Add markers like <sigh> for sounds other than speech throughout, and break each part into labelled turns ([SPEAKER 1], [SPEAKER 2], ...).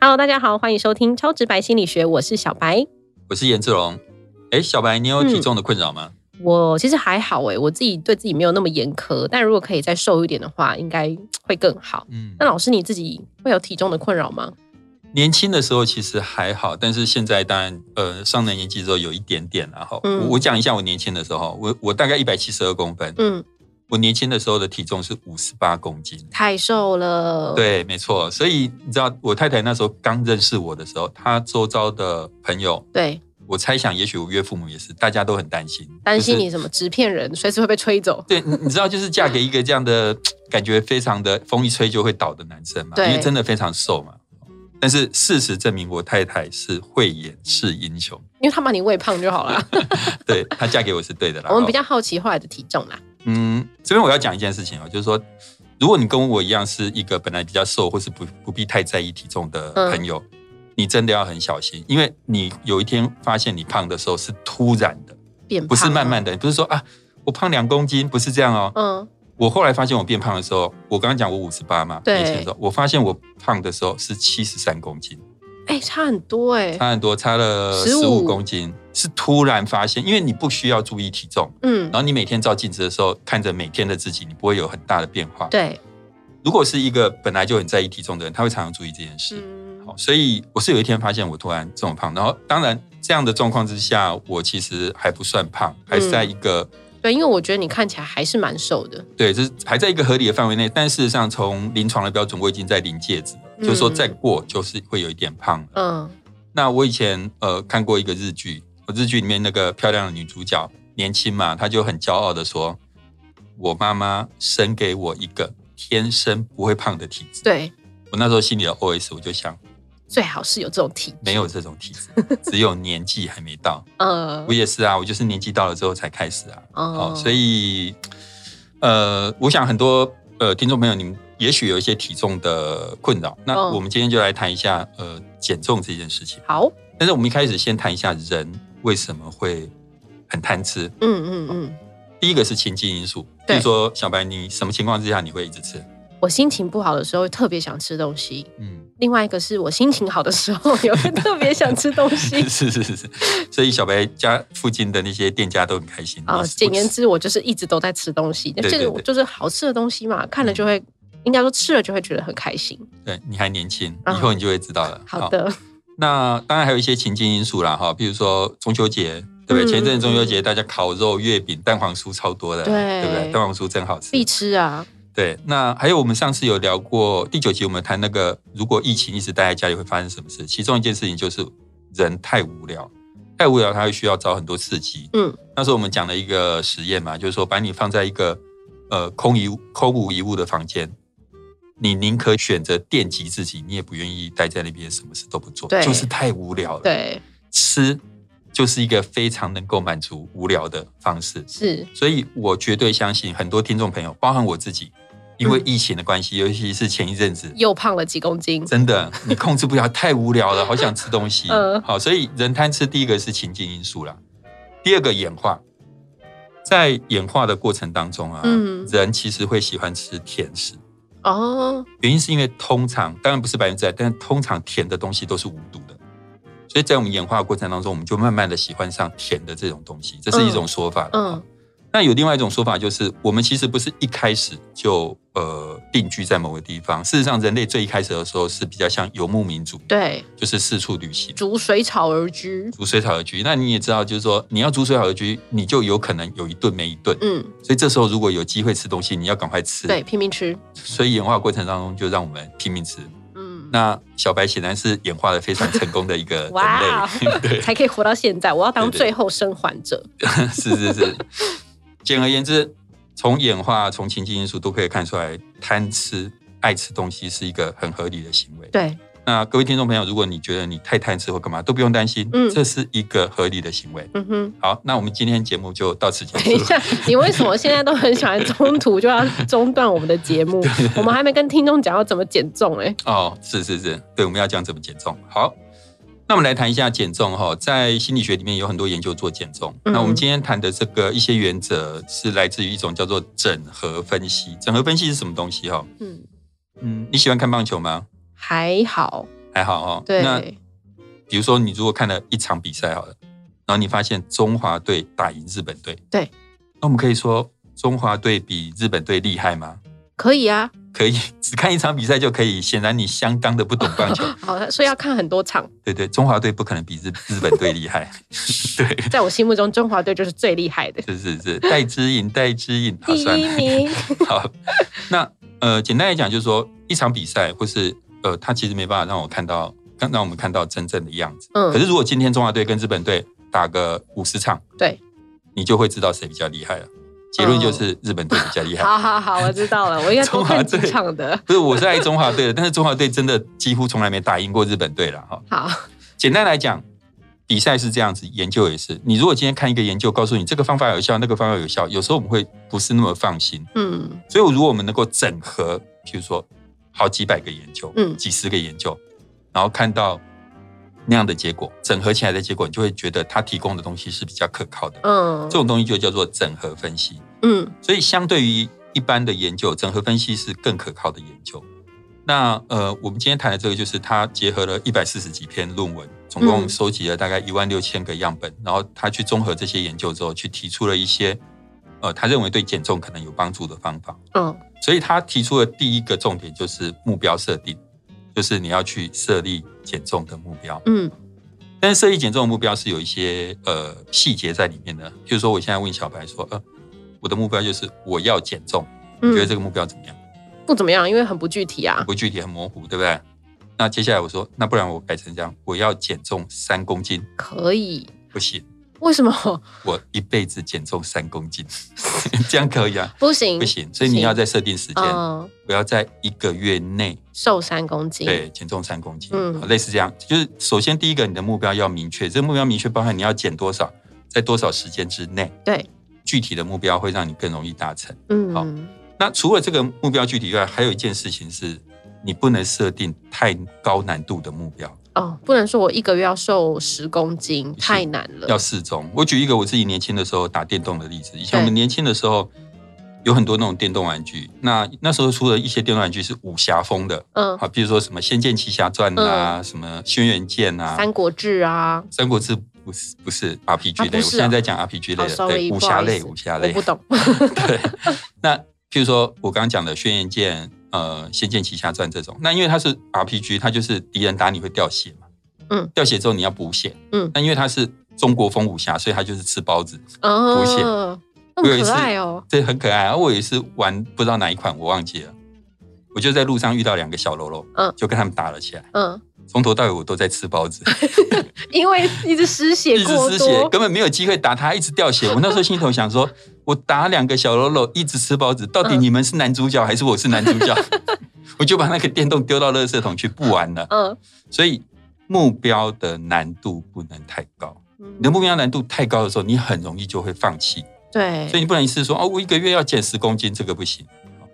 [SPEAKER 1] Hello，大家好，欢迎收听《超直白心理学》，我是小白。
[SPEAKER 2] 我是颜志龙。哎，小白，你有
[SPEAKER 1] 嗯
[SPEAKER 2] 体重的困扰吗？
[SPEAKER 1] 我其实还好诶，我自己对自己没有那么严苛，但如果可以再瘦一点的话，应该会更好。
[SPEAKER 2] 嗯
[SPEAKER 1] 那，老师你自己会有体重的困扰吗？
[SPEAKER 2] 年轻的时候其实还好，但是现在当然，呃，上了年纪之后有一点点然后、
[SPEAKER 1] 嗯
[SPEAKER 2] 我我讲一下我年轻的时候，我我大概一百七十二公分，
[SPEAKER 1] 嗯，
[SPEAKER 2] 我年轻的时候的体重是五十八公斤。
[SPEAKER 1] 太瘦了。，
[SPEAKER 2] 对，没错。所以你知道，我太太那时候刚认识我的时候，她周遭的朋友，
[SPEAKER 1] 对，
[SPEAKER 2] 我猜想，也许我岳父母也是，大家都很担心，
[SPEAKER 1] 担心
[SPEAKER 2] 就是
[SPEAKER 1] 你什么纸片人，随时会被吹走。
[SPEAKER 2] 对，你你知道，就是嫁给一个这样的感觉非常的风一吹就会倒的男生嘛，
[SPEAKER 1] 对
[SPEAKER 2] 因为真的非常瘦嘛。但是事实证明，我太太是慧眼识英雄，
[SPEAKER 1] 因为他把你喂胖就好
[SPEAKER 2] <laughs>
[SPEAKER 1] 了。
[SPEAKER 2] 对她嫁给我是对的啦。哦
[SPEAKER 1] 我们比较好奇后来的体重啦。
[SPEAKER 2] 嗯，这边我要讲一件事情哦，就是说，如果你跟我一样是一个本来比较瘦或是不不必太在意体重的
[SPEAKER 1] 嗯
[SPEAKER 2] 朋友，你真的要很小心，因为你有一天发现你胖的时候是突然的，
[SPEAKER 1] 变胖
[SPEAKER 2] 不是慢慢
[SPEAKER 1] 的。
[SPEAKER 2] 的，不是说啊我胖两公斤，不是这样哦。
[SPEAKER 1] 嗯，
[SPEAKER 2] 我后来发现我变胖的时候，我刚刚讲我五十八嘛，
[SPEAKER 1] 对
[SPEAKER 2] 年轻的时候，我发现我胖的时候是七十三公斤，
[SPEAKER 1] 哎、差很多哎、
[SPEAKER 2] 差很多，差了十
[SPEAKER 1] 15
[SPEAKER 2] 五公斤，是突然发现，因为你不需要注意体重，
[SPEAKER 1] 嗯
[SPEAKER 2] 然，后你每天照镜子的时候，看着每天的自己，你不会有很大的变化。，
[SPEAKER 1] 对，
[SPEAKER 2] 如果是一个本来就很在意体重的人，他会常常注意这件事。
[SPEAKER 1] 嗯，
[SPEAKER 2] 好，所以我是有一天发现我突然这么胖，然后当然这样的状况之下，我其实还不算胖，还
[SPEAKER 1] 嗯
[SPEAKER 2] 是在一个、
[SPEAKER 1] 对，因为我觉得你看起来还是蛮瘦的。
[SPEAKER 2] 对，这是还在一个合理的范围内，但事实上从临床的标准，我已经在临界值了，
[SPEAKER 1] 嗯
[SPEAKER 2] 就是说再过就是会有一点胖了。
[SPEAKER 1] 嗯，
[SPEAKER 2] 那我以前呃看过一个日剧，日剧里面那个漂亮的女主角年轻嘛，她就很骄傲的说：“我妈妈生给我一个天生不会胖的体质。”，
[SPEAKER 1] 对，
[SPEAKER 2] 我那时候心里的 OS 我就想，
[SPEAKER 1] 最好是有这种体质。
[SPEAKER 2] 没有这种
[SPEAKER 1] <laughs>
[SPEAKER 2] 体质，只有年纪还没到。
[SPEAKER 1] 呃
[SPEAKER 2] 我，也是啊，我就是年纪到了之后才开始啊。
[SPEAKER 1] 哦
[SPEAKER 2] 哦，所以呃，我想很多呃听众朋友，你们也许有一些体重的困扰，那
[SPEAKER 1] 哦
[SPEAKER 2] 我们今天就来谈一下呃减重这件事情。
[SPEAKER 1] 好，
[SPEAKER 2] 但是我们一开始先谈一下人为什么会很贪吃。
[SPEAKER 1] 嗯嗯嗯，
[SPEAKER 2] 第一个是情境因素，比
[SPEAKER 1] 对
[SPEAKER 2] 如说小白，你什么情况之下你会一直吃？
[SPEAKER 1] 我心情不好的时候会特别想吃东西， <laughs>
[SPEAKER 2] 嗯，
[SPEAKER 1] 另外一个是我心情好的时候也会特别想吃东
[SPEAKER 2] <laughs>
[SPEAKER 1] 西。
[SPEAKER 2] 是是是是，所以小白家附近的那些店家都很开心
[SPEAKER 1] 啊，
[SPEAKER 2] 你
[SPEAKER 1] 简言之，我就是一直都在吃东西，
[SPEAKER 2] 对嗯
[SPEAKER 1] 这个我
[SPEAKER 2] 对
[SPEAKER 1] 就是好吃的东西嘛，看了就会，应该说吃了就会觉得很开心。
[SPEAKER 2] 对，你还年轻，
[SPEAKER 1] 嗯
[SPEAKER 2] 以后你就会知道了。
[SPEAKER 1] 好的，
[SPEAKER 2] 那当然还有一些情境因素啦，哈，比如说中秋节，对不对？
[SPEAKER 1] 嗯
[SPEAKER 2] 前一阵子中秋
[SPEAKER 1] 嗯
[SPEAKER 2] 节，大家烤肉、月饼、蛋黄酥超多的，
[SPEAKER 1] 对
[SPEAKER 2] 对不对？蛋黄酥真好吃。
[SPEAKER 1] 必吃啊，
[SPEAKER 2] 对，那还有我们上次有聊过第九集，我们谈那个如果疫情一直待在家里会发生什么事，其中一件事情就是人太无聊，太无聊，他会需要找很多刺激。
[SPEAKER 1] 嗯，
[SPEAKER 2] 那时候我们讲了一个实验嘛，就是说把你放在一个呃空一空无一物的房间，你宁可选择电击自己，你也不愿意待在那边什么事都不做，
[SPEAKER 1] 对
[SPEAKER 2] 就是太无聊了。，
[SPEAKER 1] 对，
[SPEAKER 2] 吃就是一个非常能够满足无聊的方式。
[SPEAKER 1] 是，
[SPEAKER 2] 所以我绝对相信很多听众朋友，包含我自己，因
[SPEAKER 1] 嗯
[SPEAKER 2] 为疫情的关系，尤其是前一阵子，
[SPEAKER 1] 又胖了几公斤，
[SPEAKER 2] 真的你控制不了，太无
[SPEAKER 1] <laughs>
[SPEAKER 2] 聊了，好想吃东西。
[SPEAKER 1] 嗯
[SPEAKER 2] 好，所以人贪吃，第一个是情境因素啦，第二个演化，在演化的过程当中啊，
[SPEAKER 1] 嗯
[SPEAKER 2] 人其实会喜欢吃甜食，
[SPEAKER 1] 哦，
[SPEAKER 2] 原因是因为通常当然不是百分之百，但通常甜的东西都是无毒的。所以在我们演化的过程当中，我们就慢慢的喜欢上甜的这种东西，这是一种说法。
[SPEAKER 1] 嗯，
[SPEAKER 2] 那有另外一种说法，就是我们其实不是一开始就呃定居在某个地方。事实上，人类最一开始的时候是比较像游牧民族，，
[SPEAKER 1] 对，
[SPEAKER 2] 就是四处旅行，
[SPEAKER 1] 逐水草而居，
[SPEAKER 2] 逐水草而居。那你也知道，就是说你要逐水草而居，你就有可能有一顿没一顿。
[SPEAKER 1] 嗯，
[SPEAKER 2] 所以这时候如果有机会吃东西，你要赶快吃。
[SPEAKER 1] 对，，拼命吃，
[SPEAKER 2] 所以演化过程当中就让我们拼命吃。
[SPEAKER 1] 嗯，
[SPEAKER 2] 那小白显然是演化的非常成功的一个
[SPEAKER 1] 哦 <laughs>
[SPEAKER 2] 人类， <laughs> 对，
[SPEAKER 1] 才可以活到现在。我要当
[SPEAKER 2] 对对
[SPEAKER 1] 最后生还者。
[SPEAKER 2] <laughs> 是是是。简而言之，从演化、从情境因素都可以看出来，贪吃、爱吃东西是一个很合理的行为。
[SPEAKER 1] 对，
[SPEAKER 2] 那各位听众朋友，如果你觉得你太贪吃或干嘛，都不用担心，
[SPEAKER 1] 嗯
[SPEAKER 2] 这是一个合理的行为。
[SPEAKER 1] 嗯哼。
[SPEAKER 2] 好，那我们今天节目就到此结
[SPEAKER 1] <laughs> 等一
[SPEAKER 2] 束。
[SPEAKER 1] 下，你为什么现在都很喜欢中途就要中断我们的节
[SPEAKER 2] <laughs>
[SPEAKER 1] 目？我们还没跟听众讲要怎么减重哎、
[SPEAKER 2] 哦，是是是，对，我们要讲怎么减重。好，那我们来谈一下减重哈，在心理学里面有很多研究做减重。
[SPEAKER 1] 嗯
[SPEAKER 2] 那我们今天谈的这个一些原则是来自于一种叫做整合分析。整合分析是什么东西哈？
[SPEAKER 1] 嗯，
[SPEAKER 2] 嗯，你喜欢看棒球吗？
[SPEAKER 1] 还好，
[SPEAKER 2] 还好哦。那
[SPEAKER 1] 对，
[SPEAKER 2] 比如说你如果看了一场比赛好了，然后你发现中华队打赢日本队，
[SPEAKER 1] 对，
[SPEAKER 2] 那我们可以说中华队比日本队厉害吗？
[SPEAKER 1] 可以
[SPEAKER 2] <laughs>
[SPEAKER 1] 啊。
[SPEAKER 2] 可以，只看一场比赛就可以。显然你相当的不懂
[SPEAKER 1] <laughs>
[SPEAKER 2] 棒球，
[SPEAKER 1] 好，所以要看很多场。
[SPEAKER 2] 对对，中华队不可能比日日本队厉害， <laughs> 对，
[SPEAKER 1] 在我心目中，中华队就是最厉害的
[SPEAKER 2] 是是是，戴之颖，戴之颖， <laughs> 好、
[SPEAKER 1] 第
[SPEAKER 2] 算
[SPEAKER 1] 一
[SPEAKER 2] 了。 <laughs>
[SPEAKER 1] 名。
[SPEAKER 2] 好，那呃，简单来讲，就是说一场比赛，或是呃，他其实没办法让我看到，让让我们看到真正的样子。
[SPEAKER 1] 嗯
[SPEAKER 2] 可是如果今天中华队跟日本队打个五十场，
[SPEAKER 1] 对，
[SPEAKER 2] 你就会知道谁比较厉害了。结论就是日本队比较厉害。
[SPEAKER 1] 哦好好好，我知道了，我应该多看几
[SPEAKER 2] 中华队
[SPEAKER 1] 场的。
[SPEAKER 2] 不是，我是爱中华队的，但是中华队真的几乎从来没打赢过日本队了哈。
[SPEAKER 1] 好，
[SPEAKER 2] 简单来讲，比赛是这样子，研究也是。你如果今天看一个研究，告诉你这个方法有效，那个方法有效，有时候我们会不是那么放心。
[SPEAKER 1] 嗯
[SPEAKER 2] 所以，如果我们能够整合，譬如说好几百个研究，
[SPEAKER 1] 嗯
[SPEAKER 2] 几十个研究，然后看到那样的结果，整合起来的结果，你就会觉得它提供的东西是比较可靠的。
[SPEAKER 1] 嗯
[SPEAKER 2] 这种东西就叫做整合分析。
[SPEAKER 1] 嗯
[SPEAKER 2] 所以，相对于一般的研究，整合分析是更可靠的研究。那呃，我们今天谈的这个就是它结合了一百四十几篇论文，总共
[SPEAKER 1] 嗯
[SPEAKER 2] 收集了大概一万六千个样本，然后他去综合这些研究之后，去提出了一些呃他认为对减重可能有帮助的方法。
[SPEAKER 1] 嗯
[SPEAKER 2] 所以他提出的第一个重点就是目标设定，就是你要去设立减重的目标。
[SPEAKER 1] 嗯
[SPEAKER 2] 但是设立减重的目标是有一些呃细节在里面的，譬如说我现在问小白说，呃，我的目标就是我要减重，你觉得
[SPEAKER 1] 嗯，
[SPEAKER 2] 这个目标怎么样？
[SPEAKER 1] 不怎么样，因为很不具体啊。
[SPEAKER 2] 不具体很模糊，对不对？那接下来我说，那不然我改成这样，我要减重三公斤，
[SPEAKER 1] 可以，
[SPEAKER 2] 不行，
[SPEAKER 1] 为什么
[SPEAKER 2] 我一辈子减重三公斤， <laughs> 这样可以啊？
[SPEAKER 1] 不 <laughs> 行？
[SPEAKER 2] 不行，所以你要再设定时间，
[SPEAKER 1] 嗯，
[SPEAKER 2] 我要在一个月内
[SPEAKER 1] 瘦三公斤。
[SPEAKER 2] 对，减重三公斤，
[SPEAKER 1] 嗯
[SPEAKER 2] 类似这样。就是首先第一个，你的目标要明确，这个目标明确包含你要减多少，在多少时间之内，
[SPEAKER 1] 对，
[SPEAKER 2] 具体的目标会让你更容易达成。好
[SPEAKER 1] 嗯，
[SPEAKER 2] 那除了这个目标具体以外，还有一件事情是，你不能设定太高难度的目标，
[SPEAKER 1] 哦，不能说我一个月要瘦十公斤，
[SPEAKER 2] 行
[SPEAKER 1] 太难了
[SPEAKER 2] 要。适中。我举一个我自己年轻的时候打电动的例子，以前
[SPEAKER 1] 对
[SPEAKER 2] 我们年轻的时候。有很多那种电动玩具，那那时候出了一些电动玩具是武侠风的，啊
[SPEAKER 1] 嗯，
[SPEAKER 2] 好，比如说什么《仙剑奇侠传》啊，什么《轩辕剑》啊，
[SPEAKER 1] 《嗯三国志》啊，
[SPEAKER 2] 三国志不是不是 RPG
[SPEAKER 1] 啊
[SPEAKER 2] 类的，
[SPEAKER 1] 不
[SPEAKER 2] 我
[SPEAKER 1] 是
[SPEAKER 2] 现
[SPEAKER 1] 啊
[SPEAKER 2] 在在讲 RPG 类
[SPEAKER 1] 哦
[SPEAKER 2] 的，
[SPEAKER 1] ，sorry，
[SPEAKER 2] 对
[SPEAKER 1] 不
[SPEAKER 2] 武
[SPEAKER 1] 好
[SPEAKER 2] 侠
[SPEAKER 1] 意
[SPEAKER 2] 类
[SPEAKER 1] 思
[SPEAKER 2] 武侠
[SPEAKER 1] 我
[SPEAKER 2] 类
[SPEAKER 1] 不。懂。 <laughs>
[SPEAKER 2] <laughs> 对，那譬如说我刚刚讲的《轩辕剑》呃，《仙剑奇侠传》这种，那因为它是 RPG，它就是敌人打你会掉血嘛，
[SPEAKER 1] 嗯，
[SPEAKER 2] 掉血之后你要补血，
[SPEAKER 1] 嗯
[SPEAKER 2] 那因为它是中国风武侠，所以它就是吃包子，不屑
[SPEAKER 1] 哦，那
[SPEAKER 2] 我有
[SPEAKER 1] 么
[SPEAKER 2] 一
[SPEAKER 1] 可
[SPEAKER 2] 次
[SPEAKER 1] 爱哦。
[SPEAKER 2] 这很可爱啊。我也是玩不知道哪一款，我忘记了，我就在路上遇到两个小喽啰，
[SPEAKER 1] 嗯
[SPEAKER 2] 就跟他们打了起来，
[SPEAKER 1] 嗯，
[SPEAKER 2] 从头到尾我都在吃包子。
[SPEAKER 1] 因为一直失血
[SPEAKER 2] 一直
[SPEAKER 1] 过
[SPEAKER 2] 失血，
[SPEAKER 1] 多，
[SPEAKER 2] 根本没有机会打他，一直掉血。我那时候心头想说，我打两个小喽啰，一直吃包子，到底
[SPEAKER 1] 嗯
[SPEAKER 2] 你们是男主角还是我是男主角？ <laughs> 我就把那个电动丢到垃圾桶去，不玩了。
[SPEAKER 1] 嗯，
[SPEAKER 2] 所以目标的难度不能太高，
[SPEAKER 1] 嗯
[SPEAKER 2] 你的目标难度太高的时候，你很容易就会放弃。
[SPEAKER 1] 对，嗯
[SPEAKER 2] 所以你不能一次说哦，我一个月要减十公斤，这个不行。好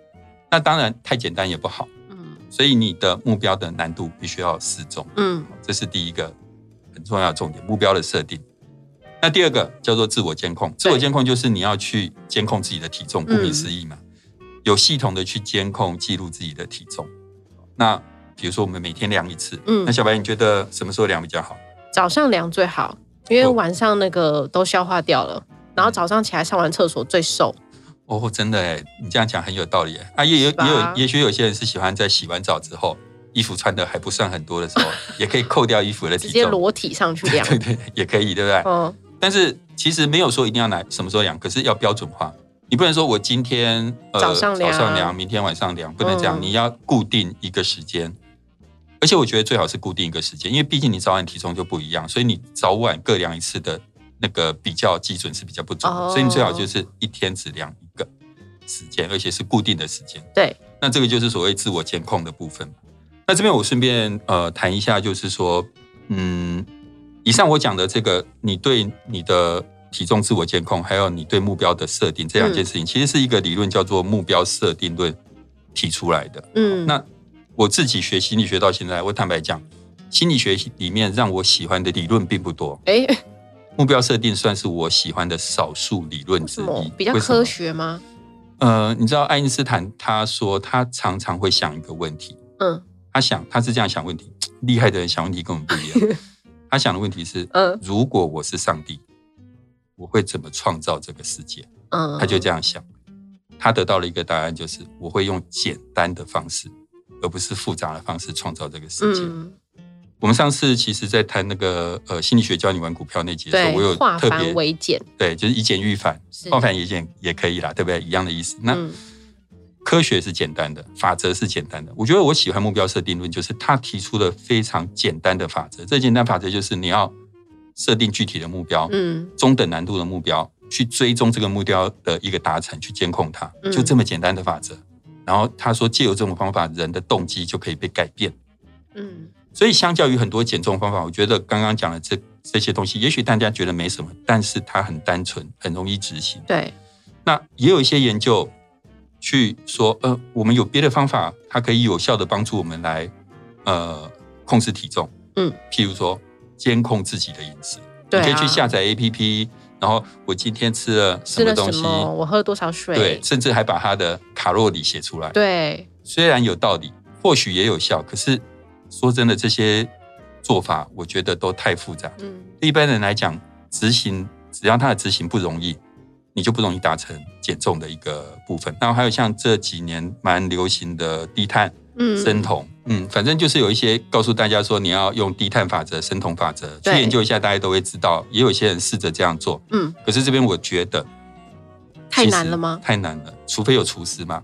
[SPEAKER 2] 那当然太简单也不好，
[SPEAKER 1] 嗯
[SPEAKER 2] 所以你的目标的难度必须要适中。
[SPEAKER 1] 嗯
[SPEAKER 2] 这是第一个很重要的重点，目标的设定。那第二个叫做自我监控，自我监控就是你要去监控自己的体重，顾名
[SPEAKER 1] 嗯
[SPEAKER 2] 思义嘛，有系统的去监控、记录自己的体重。那比如说我们每天量一次，
[SPEAKER 1] 嗯
[SPEAKER 2] 那小白你觉得什么时候量比较好？
[SPEAKER 1] 早上量最好，因为晚上那个都消化掉了，然后早上起来上完厕所最瘦。
[SPEAKER 2] 哦，真的哎，你这样讲很有道理哎。啊，也有
[SPEAKER 1] 是吧
[SPEAKER 2] 也有，也许有些人是喜欢在洗完澡之后，衣服穿的还不算很多的时候，也可以扣掉衣服的
[SPEAKER 1] 直
[SPEAKER 2] 体
[SPEAKER 1] 接
[SPEAKER 2] 重，
[SPEAKER 1] 裸体上去量。
[SPEAKER 2] <laughs> 对对，也可以，对不对？
[SPEAKER 1] 嗯
[SPEAKER 2] 但是其实没有说一定要哪什么时候量，可是要标准化。你不能说我今天呃
[SPEAKER 1] 早上量
[SPEAKER 2] 早上量，明天晚上量，不能这样。
[SPEAKER 1] 嗯
[SPEAKER 2] 你要固定一个时间，而且我觉得最好是固定一个时间，因为毕竟你早晚体重就不一样，所以你早晚各量一次的那个比较基准是比较不准的，
[SPEAKER 1] 哦
[SPEAKER 2] 所以你最好就是一天只量一个时间，而且是固定的时间。
[SPEAKER 1] 对，
[SPEAKER 2] 那这个就是所谓自我监控的部分。那这边我顺便呃谈一下，就是说，嗯，以上我讲的这个，你对你的体重自我监控，还有你对目标的设定这两
[SPEAKER 1] 嗯
[SPEAKER 2] 件事情，其实是一个理论叫做目标设定论提出来的。
[SPEAKER 1] 嗯，
[SPEAKER 2] 那我自己学心理学到现在，我坦白讲，心理学里面让我喜欢的理论并不多，
[SPEAKER 1] 哎，
[SPEAKER 2] 目标设定算是我喜欢的少数理论
[SPEAKER 1] 为
[SPEAKER 2] 之
[SPEAKER 1] 什么
[SPEAKER 2] 一，
[SPEAKER 1] 比较
[SPEAKER 2] 为什么
[SPEAKER 1] 科学吗？
[SPEAKER 2] 呃，你知道爱因斯坦他说他常常会想一个问题，
[SPEAKER 1] 嗯
[SPEAKER 2] 他想他是这样想问题，厉害的人想问题跟我们不一
[SPEAKER 1] <laughs>
[SPEAKER 2] 样。他想的问题是，
[SPEAKER 1] 嗯
[SPEAKER 2] 如果我是上帝，我会怎么创造这个世界？
[SPEAKER 1] 嗯，
[SPEAKER 2] 他就这样想，他得到了一个答案，就是我会用简单的方式，而不是复杂的方式创造这个世界。
[SPEAKER 1] 嗯，
[SPEAKER 2] 我们上次其实，在谈那个呃心理学教你玩股票那节的时候，我有
[SPEAKER 1] 对，化
[SPEAKER 2] 特
[SPEAKER 1] 繁
[SPEAKER 2] 别
[SPEAKER 1] 为简，
[SPEAKER 2] 对，就是以简驭繁，
[SPEAKER 1] 是
[SPEAKER 2] 化繁以简也可以啦，对不对？一样的意思。那、
[SPEAKER 1] 嗯
[SPEAKER 2] 科学是简单的，法则是简单的。我觉得我喜欢目标设定论，就是他提出了非常简单的法则。这简单法则就是你要设定具体的目标，
[SPEAKER 1] 嗯
[SPEAKER 2] 中等难度的目标，去追踪这个目标的一个达成，去监控它，
[SPEAKER 1] 嗯
[SPEAKER 2] 就这么简单的法则。然后他说，借由这种方法，人的动机就可以被改变。
[SPEAKER 1] 嗯
[SPEAKER 2] 所以，相较于很多减重方法，我觉得刚刚讲的这这些东西，也许大家觉得没什么，但是它很单纯，很容易执行。
[SPEAKER 1] 对，
[SPEAKER 2] 那也有一些研究去说，呃，我们有别的方法，它可以有效的帮助我们来呃控制体重。
[SPEAKER 1] 嗯，
[SPEAKER 2] 譬如说监控自己的饮食，
[SPEAKER 1] 对啊
[SPEAKER 2] 你可以去下载 APP，然后我今天吃了什
[SPEAKER 1] 吃
[SPEAKER 2] 么
[SPEAKER 1] 了
[SPEAKER 2] 东
[SPEAKER 1] 什
[SPEAKER 2] 西，
[SPEAKER 1] 么，我喝多少水，
[SPEAKER 2] 对，甚至还把它的卡路里写出来。
[SPEAKER 1] 对
[SPEAKER 2] 虽然有道理，或许也有效，可是说真的，这些做法我觉得都太复杂。
[SPEAKER 1] 嗯
[SPEAKER 2] 对一般人来讲，执行只要它的执行不容易，你就不容易达成减重的一个部分。然后还有像这几年蛮流行的低碳、
[SPEAKER 1] 嗯
[SPEAKER 2] 生酮，嗯反正就是有一些告诉大家说你要用低碳法则、生酮法则去
[SPEAKER 1] 对
[SPEAKER 2] 研究一下，大家都会知道。也有一些人试着这样做，
[SPEAKER 1] 嗯
[SPEAKER 2] 可是这边我觉得
[SPEAKER 1] 太
[SPEAKER 2] 其实
[SPEAKER 1] 难了吗
[SPEAKER 2] 太难了，除非有厨师嘛。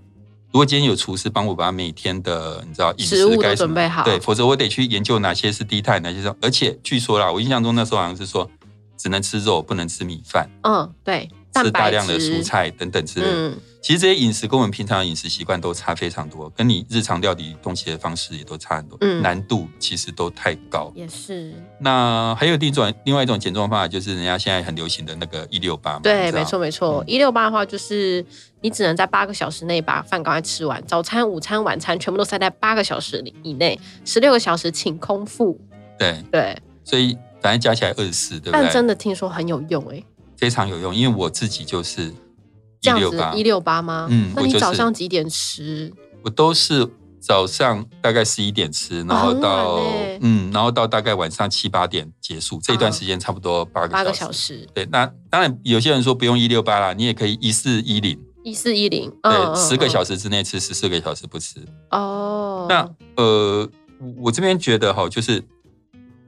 [SPEAKER 2] 如果今天有厨师帮我把每天的你知道饮
[SPEAKER 1] 食
[SPEAKER 2] 食
[SPEAKER 1] 物
[SPEAKER 2] 该
[SPEAKER 1] 都
[SPEAKER 2] 什么
[SPEAKER 1] 准备好，
[SPEAKER 2] 对，否则我得去研究哪些是低碳，哪些是……而且据说啦，我印象中那时候好像是说只能吃肉，不能吃米饭，
[SPEAKER 1] 嗯对，
[SPEAKER 2] 吃
[SPEAKER 1] 蛋
[SPEAKER 2] 大
[SPEAKER 1] 白
[SPEAKER 2] 量的蔬
[SPEAKER 1] 质，
[SPEAKER 2] 菜等等之类的。
[SPEAKER 1] 嗯
[SPEAKER 2] 其实这些饮食跟我们平常的饮食习惯都差非常多，跟你日常料理东西的方式也都差很多，
[SPEAKER 1] 嗯
[SPEAKER 2] 难度其实都太高。
[SPEAKER 1] 也是，
[SPEAKER 2] 那还有另一种另外一种减重方法，就是人家现在很流行的那个一六八嘛，你
[SPEAKER 1] 对，
[SPEAKER 2] 知道嗯
[SPEAKER 1] 没错没错。一六八的话，就是你只能在八个小时内把饭赶快吃完，早餐、午餐、晚餐全部都塞在八个小时里以内，十六个小时请空腹。
[SPEAKER 2] 对，
[SPEAKER 1] 对，
[SPEAKER 2] 所以反正加起来二十四，对不
[SPEAKER 1] 但
[SPEAKER 2] 对？
[SPEAKER 1] 真的听说很有用欸诶、
[SPEAKER 2] 非常有用，因为我自己就是一
[SPEAKER 1] 这样
[SPEAKER 2] 六
[SPEAKER 1] 子
[SPEAKER 2] 八
[SPEAKER 1] 一六八吗？
[SPEAKER 2] 嗯
[SPEAKER 1] 那
[SPEAKER 2] 我
[SPEAKER 1] 你
[SPEAKER 2] 就是
[SPEAKER 1] 早上几点吃？
[SPEAKER 2] 我都是早上大概十一点吃，然后到、
[SPEAKER 1] 很晚欸
[SPEAKER 2] 嗯，然后到大概晚上七八点结束，这一段时间差不多八个
[SPEAKER 1] 八个
[SPEAKER 2] 小
[SPEAKER 1] 小
[SPEAKER 2] 时。
[SPEAKER 1] 时，
[SPEAKER 2] 对，那当然有些人说不用一六八啦，你也可以一四一零，
[SPEAKER 1] 一四一零，嗯
[SPEAKER 2] 对，十个小
[SPEAKER 1] 时
[SPEAKER 2] 时之内吃，十四个小时不吃。
[SPEAKER 1] 哦。
[SPEAKER 2] 那呃，我我这边觉得哈，就是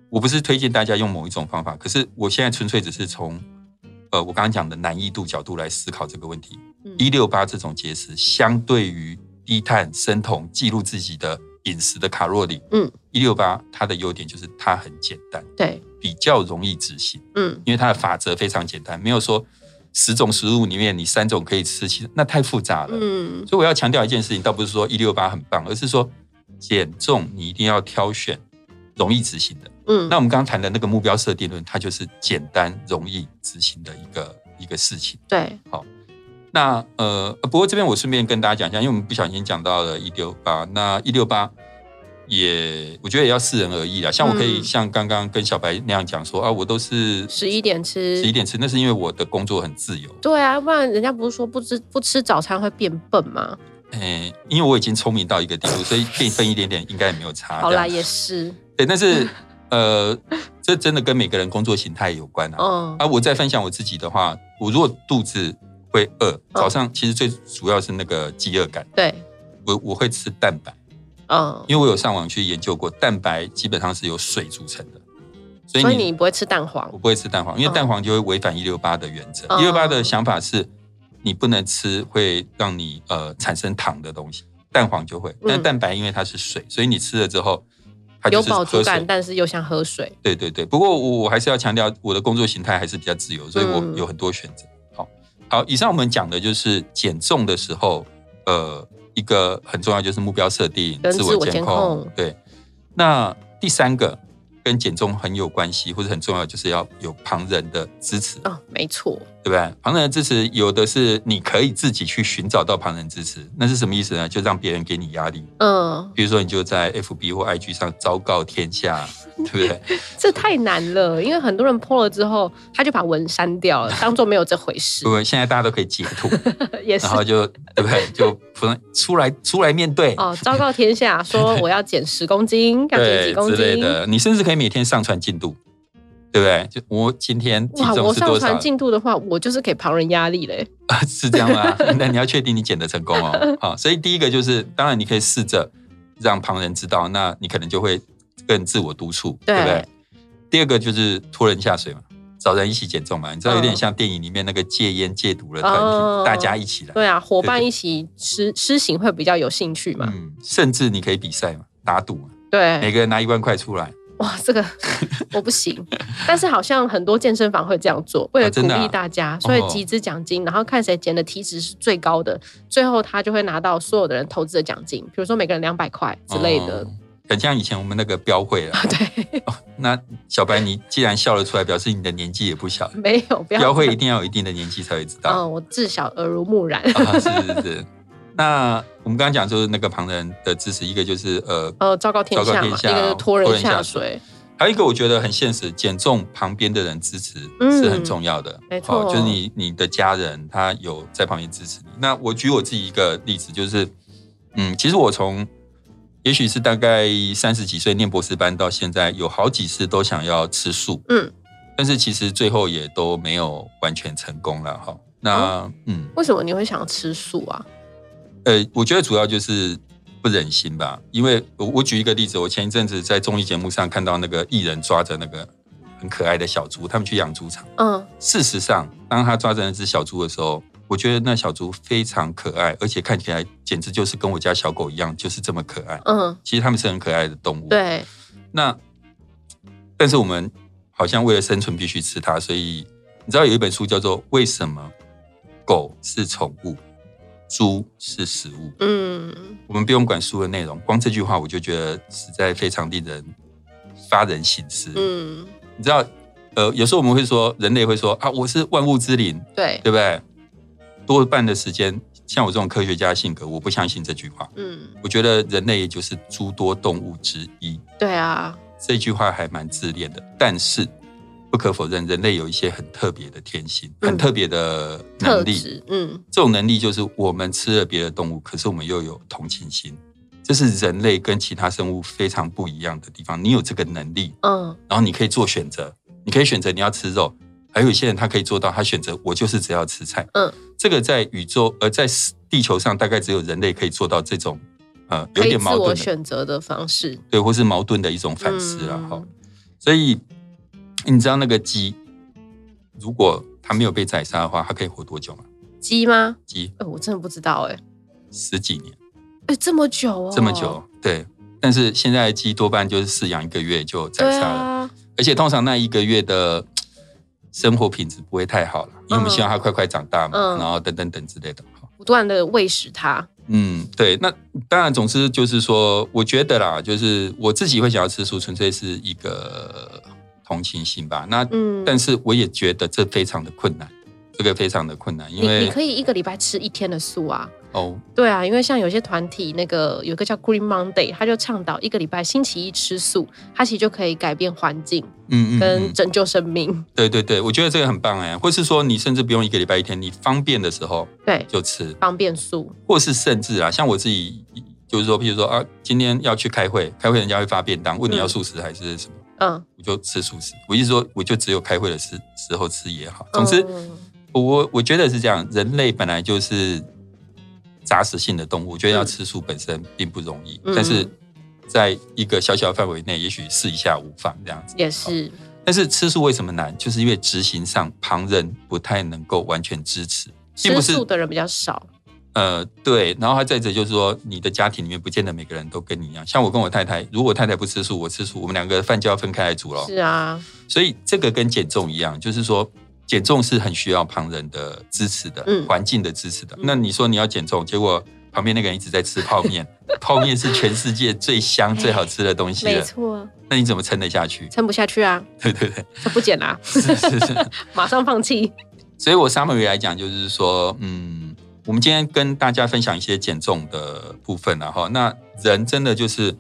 [SPEAKER 2] 我不是推荐大家用某一种方法，可是我现在纯粹只是从呃我刚刚讲的难易度角度来思考这个问题。
[SPEAKER 1] 嗯
[SPEAKER 2] 一六八这种节食，相对于低碳生酮记录自己的饮食的卡路里，
[SPEAKER 1] 嗯，
[SPEAKER 2] 一六八它的优点就是它很简单，
[SPEAKER 1] 对，
[SPEAKER 2] 比较容易执行，
[SPEAKER 1] 嗯
[SPEAKER 2] 因为它的法则非常简单，没有说十种食物里面你三种可以吃，其实那太复杂了。
[SPEAKER 1] 嗯
[SPEAKER 2] 所以我要强调一件事情，倒不是说一六八很棒，而是说减重你一定要挑选容易执行的。
[SPEAKER 1] 嗯，
[SPEAKER 2] 那我们刚刚谈的那个目标设定论，它就是简单容易执行的一个一个事情。
[SPEAKER 1] 对，
[SPEAKER 2] 那呃，不过这边我顺便跟大家讲一下，因为我们不小心讲到了一六八，那一六八也我觉得也要视人而异啦。像我可以
[SPEAKER 1] 嗯
[SPEAKER 2] 像刚刚跟小白那样讲说啊，我都是
[SPEAKER 1] 十一点吃，
[SPEAKER 2] 十一点吃，那是因为我的工作很自由，
[SPEAKER 1] 对啊，不然人家不是说不吃不吃早餐会变笨吗？
[SPEAKER 2] 诶、因为我已经聪明到一个地步，所以给你分一点点应该也没有差。
[SPEAKER 1] 好啦，
[SPEAKER 2] 啊这样
[SPEAKER 1] 也是，
[SPEAKER 2] 对，但是呃，这真的跟每个人工作形态有关啊。
[SPEAKER 1] 嗯
[SPEAKER 2] 啊，我再分享我自己的话，我如果肚子会饿，
[SPEAKER 1] 哦
[SPEAKER 2] 早上其实最主要是那个饥饿感，
[SPEAKER 1] 对，
[SPEAKER 2] 我我会吃蛋白。
[SPEAKER 1] 嗯，
[SPEAKER 2] 因为我有上网去研究过，蛋白基本上是由水组成的，所以
[SPEAKER 1] 所
[SPEAKER 2] 你
[SPEAKER 1] 以你不会吃蛋黄
[SPEAKER 2] 我，不会吃蛋黄，因为
[SPEAKER 1] 嗯
[SPEAKER 2] 蛋黄就会违反一六八的原则。
[SPEAKER 1] 嗯
[SPEAKER 2] 一六八的想法是，你不能吃会让你呃产生糖的东西，蛋黄就会，但
[SPEAKER 1] 嗯
[SPEAKER 2] 蛋白因为它是水，所以你吃了之后，它就
[SPEAKER 1] 有
[SPEAKER 2] 是
[SPEAKER 1] 饱足
[SPEAKER 2] 喝
[SPEAKER 1] 感，
[SPEAKER 2] 水。
[SPEAKER 1] 但是又想喝水。
[SPEAKER 2] 对对对，不过我我还是要强调，我的工作形态还是比较自由，所以我
[SPEAKER 1] 嗯
[SPEAKER 2] 有很多选择。好，好，以上我们讲的就是减重的时候，呃，一个很重要就是目标设定、
[SPEAKER 1] 跟自我
[SPEAKER 2] 监
[SPEAKER 1] 监控
[SPEAKER 2] 对，那第三个跟减重很有关系，或者很重要，就是要有旁人的支持，
[SPEAKER 1] 哦，没错，
[SPEAKER 2] 对不对？旁人的支持有的是你可以自己去寻找到旁人支持，那是什么意思呢？就让别人给你压力，
[SPEAKER 1] 嗯，
[SPEAKER 2] 比如说你就在 FB 或 IG 上昭告天下，对不对？ <laughs>
[SPEAKER 1] 这太难了，因为很多人 PO 了之后，他就把文删掉了，当做没有这回事
[SPEAKER 2] 对，不对？现在大家都可以截图，
[SPEAKER 1] <laughs> 也是
[SPEAKER 2] 然后就对不对？就不能出来出来面对，
[SPEAKER 1] 哦，昭告天
[SPEAKER 2] <laughs>
[SPEAKER 1] 下说我要减十公斤，要减
[SPEAKER 2] 对
[SPEAKER 1] 几公
[SPEAKER 2] 之类
[SPEAKER 1] 斤。
[SPEAKER 2] 的，你甚至可以每天上传进度，对不对？就我今天体
[SPEAKER 1] 哇，
[SPEAKER 2] 重
[SPEAKER 1] 我
[SPEAKER 2] 是
[SPEAKER 1] 上
[SPEAKER 2] 多少
[SPEAKER 1] 传？进度的话，我就是给旁人压力嘞。
[SPEAKER 2] 啊， <laughs> 是这样吗？ <laughs> 那你要确定你减得成功
[SPEAKER 1] <laughs>
[SPEAKER 2] 哦。好，所以第一个就是，当然你可以试着让旁人知道，那你可能就会更自我督促，
[SPEAKER 1] 对
[SPEAKER 2] 对不对？第二个就是拖人下水嘛，找人一起减重嘛，你知道有点
[SPEAKER 1] 嗯
[SPEAKER 2] 像电影里面那个戒烟戒毒的团体，
[SPEAKER 1] 哦
[SPEAKER 2] 大家一起来，
[SPEAKER 1] 对啊，伙伴
[SPEAKER 2] 对
[SPEAKER 1] 一起施施行会比较有兴趣嘛。
[SPEAKER 2] 嗯，哎甚至你可以比赛嘛，打赌嘛，每
[SPEAKER 1] 对，
[SPEAKER 2] 个人拿一万块出来，
[SPEAKER 1] 哇，这
[SPEAKER 2] <laughs>
[SPEAKER 1] 个我不行。但是好像很多健身房会这样做，为了
[SPEAKER 2] 啊
[SPEAKER 1] 鼓
[SPEAKER 2] 真的啊
[SPEAKER 1] 励大家，所以
[SPEAKER 2] 哦
[SPEAKER 1] 集资奖金，然后看谁减的体脂是最高的，最后他就会拿到所有的人投资的奖金，比如说每个人两百块之类的。
[SPEAKER 2] 哦很像以前我们那个标会
[SPEAKER 1] <laughs>
[SPEAKER 2] 啊。
[SPEAKER 1] 对，
[SPEAKER 2] 那小白，你既然笑了出来，表示你的年纪也不小了。
[SPEAKER 1] 没有，不要
[SPEAKER 2] 标会一定要有一定的年纪才会知道。
[SPEAKER 1] 嗯，我自小耳濡目染。
[SPEAKER 2] 啊，是是是。 <laughs> 那我们刚刚讲就是那个旁人的支持，一个就是呃，
[SPEAKER 1] 呃，昭告天
[SPEAKER 2] 昭
[SPEAKER 1] 下
[SPEAKER 2] 告
[SPEAKER 1] 嘛，
[SPEAKER 2] 天下
[SPEAKER 1] 一个就是拖
[SPEAKER 2] 拖
[SPEAKER 1] 人
[SPEAKER 2] 人下
[SPEAKER 1] 下
[SPEAKER 2] 水
[SPEAKER 1] 水。
[SPEAKER 2] 还有一个我觉得很现实，减重旁边的人支持
[SPEAKER 1] 嗯
[SPEAKER 2] 是很重要的。哦
[SPEAKER 1] 没错
[SPEAKER 2] 就是你你的家人他有在旁边支持你。那我举我自己一个例子，就是嗯，其实我从也许是大概三十几岁念博士班到现在，有好几次都想要吃素，
[SPEAKER 1] 嗯，
[SPEAKER 2] 但是其实最后也都没有完全成功了哈。那、
[SPEAKER 1] 哦
[SPEAKER 2] 嗯，
[SPEAKER 1] 为什么你会想要吃素啊？
[SPEAKER 2] 呃，我觉得主要就是不忍心吧，因为我我举一个例子，我前一阵子在综艺节目上看到那个艺人抓着那个很可爱的小猪，他们去养猪场。
[SPEAKER 1] 嗯，
[SPEAKER 2] 事实上，当他抓着那只小猪的时候，我觉得那小猪非常可爱，而且看起来简直就是跟我家小狗一样，就是这么可爱。
[SPEAKER 1] 嗯，
[SPEAKER 2] 其实它们是很可爱的动物。。
[SPEAKER 1] 对，
[SPEAKER 2] 那，但是我们好像为了生存必须吃它，所以你知道有一本书叫做《为什么狗是宠物，猪是食物》。
[SPEAKER 1] 嗯，
[SPEAKER 2] 我们不用管书的内容，光这句话我就觉得实在非常令人发人省思。
[SPEAKER 1] 嗯，
[SPEAKER 2] 你知道，呃，有时候我们会说，人类会说啊，我是万物之灵，
[SPEAKER 1] 对，
[SPEAKER 2] 对不对？多半的时间，像我这种科学家性格，我不相信这句话。
[SPEAKER 1] 嗯，
[SPEAKER 2] 我觉得人类也就是诸多动物之一，
[SPEAKER 1] 对啊，
[SPEAKER 2] 这句话还蛮自恋的。但是不可否认，人类有一些很特别的天性，
[SPEAKER 1] 嗯
[SPEAKER 2] 很特别的
[SPEAKER 1] 特
[SPEAKER 2] 能力。
[SPEAKER 1] 质，嗯，
[SPEAKER 2] 这种能力就是我们吃了别的动物，可是我们又有同情心，这是人类跟其他生物非常不一样的地方。你有这个能力，
[SPEAKER 1] 嗯，
[SPEAKER 2] 然后你可以做选择，你可以选择你要吃肉，还有一些人他可以做到，他选择我就是只要吃菜。
[SPEAKER 1] 嗯，
[SPEAKER 2] 这个在宇宙呃在地球上大概只有人类可以做到这种呃有
[SPEAKER 1] 可以
[SPEAKER 2] 点
[SPEAKER 1] 自
[SPEAKER 2] 矛
[SPEAKER 1] 我
[SPEAKER 2] 盾的
[SPEAKER 1] 选择的方式，
[SPEAKER 2] 对，或是矛盾的一种反思了
[SPEAKER 1] 嗯
[SPEAKER 2] 哈、所以你知道那个鸡，如果它没有被宰杀的话，它可以活多久吗？
[SPEAKER 1] 鸡吗？
[SPEAKER 2] 鸡
[SPEAKER 1] 哎，我真的不知道，哎，
[SPEAKER 2] 十几年。
[SPEAKER 1] 哎，这么久哦，
[SPEAKER 2] 这么久，对。但是现在的鸡多半就是饲养一个月就宰
[SPEAKER 1] 对
[SPEAKER 2] 杀了，
[SPEAKER 1] 啊，
[SPEAKER 2] 而且通常那一个月的嘖呃生活品质不会太好了，因为我们
[SPEAKER 1] 嗯
[SPEAKER 2] 希望它快快长大嘛，
[SPEAKER 1] 嗯
[SPEAKER 2] 然后等等等之类的。好
[SPEAKER 1] 不断的喂食它，
[SPEAKER 2] 嗯，对。那当然，总之就是说，我觉得啦，就是我自己会想要吃素，纯粹是一个同情心吧。那、
[SPEAKER 1] 嗯，
[SPEAKER 2] 但是我也觉得这非常的困难，这个非常的困难，因
[SPEAKER 1] 你你
[SPEAKER 2] 为
[SPEAKER 1] 可以一个礼拜吃一天的素啊。
[SPEAKER 2] 哦，
[SPEAKER 1] 对啊，因为像有些团体，那个有一个叫 Green Monday，他就倡导一个礼拜星期一吃素，它其实就可以改变环境
[SPEAKER 2] 嗯嗯嗯
[SPEAKER 1] 跟，拯救生命。
[SPEAKER 2] 对对对，我觉得这个很棒哎，或是说你甚至不用一个礼拜一天，你方便的时候
[SPEAKER 1] 对，
[SPEAKER 2] 就吃，
[SPEAKER 1] 方便素。
[SPEAKER 2] 或是甚至啊，像我自己，就是说，譬如说啊，今天要去开会，开会人家会发便当，问你要素食还是什么，
[SPEAKER 1] 嗯，
[SPEAKER 2] 我就吃素食。我意思说，我就只有开会的时时候吃也好。总之，
[SPEAKER 1] 嗯
[SPEAKER 2] 我我我觉得是这样，人类本来就是杂食性的动物，我觉得要
[SPEAKER 1] 嗯
[SPEAKER 2] 吃素本身并不容易，
[SPEAKER 1] 嗯
[SPEAKER 2] 但是在一个小小的范围内，也许试一下无妨这样子。哦
[SPEAKER 1] 也是，
[SPEAKER 2] 但是吃素为什么难？就是因为执行上旁人不太能够完全支持，并
[SPEAKER 1] 吃
[SPEAKER 2] 不是
[SPEAKER 1] 素的人比较少。
[SPEAKER 2] 呃，对，然后还再者就是说，你的家庭里面不见得每个人都跟你一样。像我跟我太太，如果太太不吃素，我吃素，我们两个饭就要分开来煮了。
[SPEAKER 1] 是啊，
[SPEAKER 2] 所以这个跟减重一样，就是说减重是很需要旁人的支持的，
[SPEAKER 1] 嗯
[SPEAKER 2] 环境的支持的。
[SPEAKER 1] 嗯
[SPEAKER 2] 那你说你要减重，结果旁边那个人一直在吃泡面， <laughs> 泡面是全世界最香、最好吃的东西
[SPEAKER 1] 没
[SPEAKER 2] 了，
[SPEAKER 1] 错，
[SPEAKER 2] 那你怎么撑得下去？
[SPEAKER 1] 撑不下去啊，
[SPEAKER 2] 啊对对对，
[SPEAKER 1] 他不减啊，
[SPEAKER 2] 是是是。
[SPEAKER 1] <laughs> 马上放弃。
[SPEAKER 2] 所以我 summary 来讲，就是说，嗯，我们今天跟大家分享一些减重的部分、然后那人真的就是，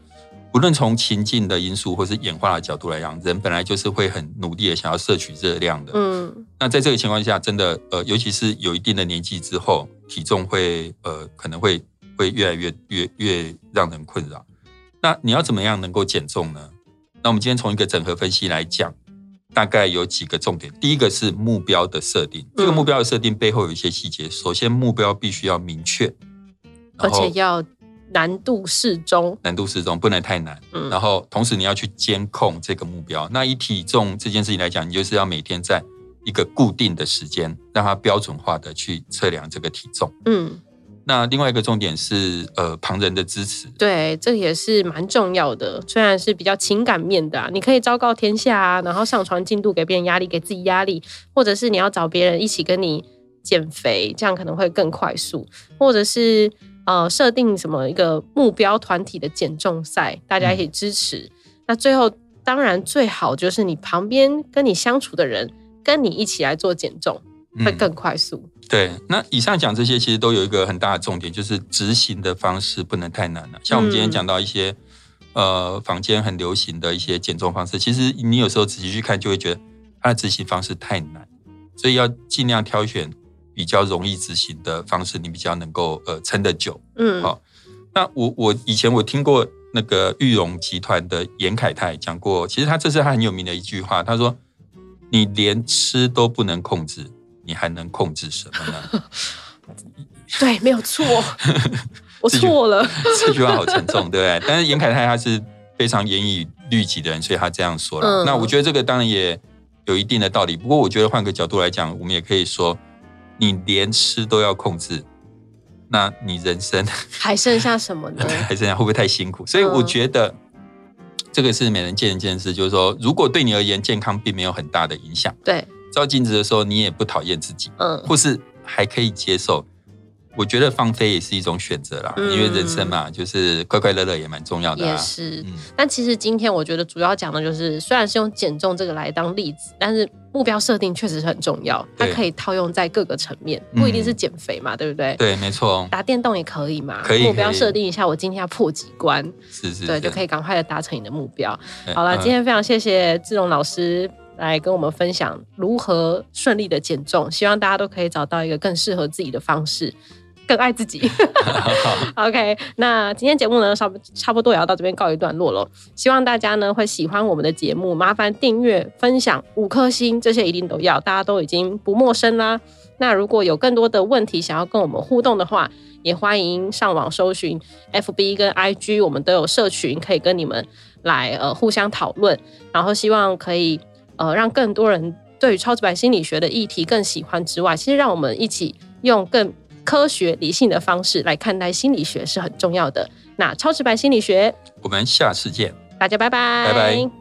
[SPEAKER 2] 不论从情境的因素或是演化的角度来讲，人本来就是会很努力的想要摄取热量的。
[SPEAKER 1] 嗯，
[SPEAKER 2] 那在这个情况下，真的呃，尤其是有一定的年纪之后，体重会呃可能会会越来越越越让人困扰。那你要怎么样能够减重呢？那我们今天从一个整合分析来讲，大概有几个重点。第一个是目标的设定，这
[SPEAKER 1] 嗯
[SPEAKER 2] 个目标的设定背后有一些细节。首先，目标必须要明确，
[SPEAKER 1] 而
[SPEAKER 2] 然后
[SPEAKER 1] 且要难度适中。
[SPEAKER 2] 难度适中，不能太难。
[SPEAKER 1] 嗯
[SPEAKER 2] 然后同时你要去监控这个目标。那以体重这件事情来讲，你就是要每天在一个固定的时间，让它标准化的去测量这个体重。
[SPEAKER 1] 嗯，
[SPEAKER 2] 那另外一个重点是，呃，旁人的支持。
[SPEAKER 1] 对，这也是蛮重要的。虽然是比较情感面的、啊，你可以昭告天下啊，然后上传进度给别人压力，给自己压力，或者是你要找别人一起跟你减肥，这样可能会更快速，或者是呃设定什么一个目标团体的减重赛，大家一起支持。那最后当然最好就是你旁边跟你相处的人跟你一起来做减重，
[SPEAKER 2] 嗯
[SPEAKER 1] 会更快速。
[SPEAKER 2] 对。那以上讲这些，其实都有一个很大的重点，就是执行的方式不能太难了。像我们今天
[SPEAKER 1] 嗯
[SPEAKER 2] 讲到一些，呃，坊间很流行的一些减重方式，其实你有时候仔细去看，就会觉得它的执行方式太难，所以要尽量挑选比较容易执行的方式，你比较能够呃撑得久。
[SPEAKER 1] 嗯，
[SPEAKER 2] 好那我我以前我听过那个玉荣集团的严凯泰讲过，其实他这是他很有名的一句话，他说：“你连吃都不能控制，你还能控制什么呢
[SPEAKER 1] 对，没有错，我
[SPEAKER 2] 这句
[SPEAKER 1] 错了。？”
[SPEAKER 2] <laughs> 这句话好沉重，对不对？但是严凯泰他是非常严以律己的人，所以他这样说了。
[SPEAKER 1] 嗯
[SPEAKER 2] 那我觉得这个当然也有一定的道理，不过我觉得换个角度来讲，我们也可以说，你连吃都要控制，那你人生
[SPEAKER 1] 还剩下什么呢？
[SPEAKER 2] <laughs> 还是这样，会不会太辛苦？所以我觉得这个是每人见仁见智，就是说，如果对你而言健康并没有很大的影响，
[SPEAKER 1] 对，
[SPEAKER 2] 照镜子的时候你也不讨厌自己，
[SPEAKER 1] 嗯，
[SPEAKER 2] 或是还可以接受。我觉得放飞也是一种选择啦，
[SPEAKER 1] 嗯
[SPEAKER 2] 因为人生嘛，就是快快乐乐也蛮重要的
[SPEAKER 1] 也
[SPEAKER 2] 啊。
[SPEAKER 1] 是。
[SPEAKER 2] 嗯，
[SPEAKER 1] 但其实今天我觉得主要讲的就是，虽然是用减重这个来当例子，但是目标设定确实很重要，它
[SPEAKER 2] 对
[SPEAKER 1] 可以套用在各个层面，
[SPEAKER 2] 嗯
[SPEAKER 1] 不一定是减肥嘛，对不对？
[SPEAKER 2] 对，没错，
[SPEAKER 1] 打电动也可以嘛，
[SPEAKER 2] 可以
[SPEAKER 1] 目标
[SPEAKER 2] 可以
[SPEAKER 1] 设定一下，我今天要破几关，
[SPEAKER 2] 是是，
[SPEAKER 1] 对，就可
[SPEAKER 2] 以。
[SPEAKER 1] 以赶快的达成你的目标。
[SPEAKER 2] 对
[SPEAKER 1] 好了，
[SPEAKER 2] 嗯
[SPEAKER 1] 今天非常谢谢志荣老师来跟我们分享如何顺利的减重，希望大家都可以找到一个更适合自己的方式，更爱自己。OK，那今天节目呢，差不差不多也要到这边告一段落了。希望大家呢会喜欢我们的节目，麻烦订阅、分享、五颗星，这些一定都要，大家都已经不陌生啦。那如果有更多的问题想要跟我们互动的话，也欢迎上网搜寻 FB 跟 IG，我们都有社群可以跟你们来呃互相讨论，然后希望可以呃让更多人对于超直白心理学的议题更喜欢之外，其实让我们一起用更科学理性的方式来看待心理学是很重要的。那超直白心理学，
[SPEAKER 2] 我们下次见。
[SPEAKER 1] 大家拜拜，
[SPEAKER 2] 拜拜。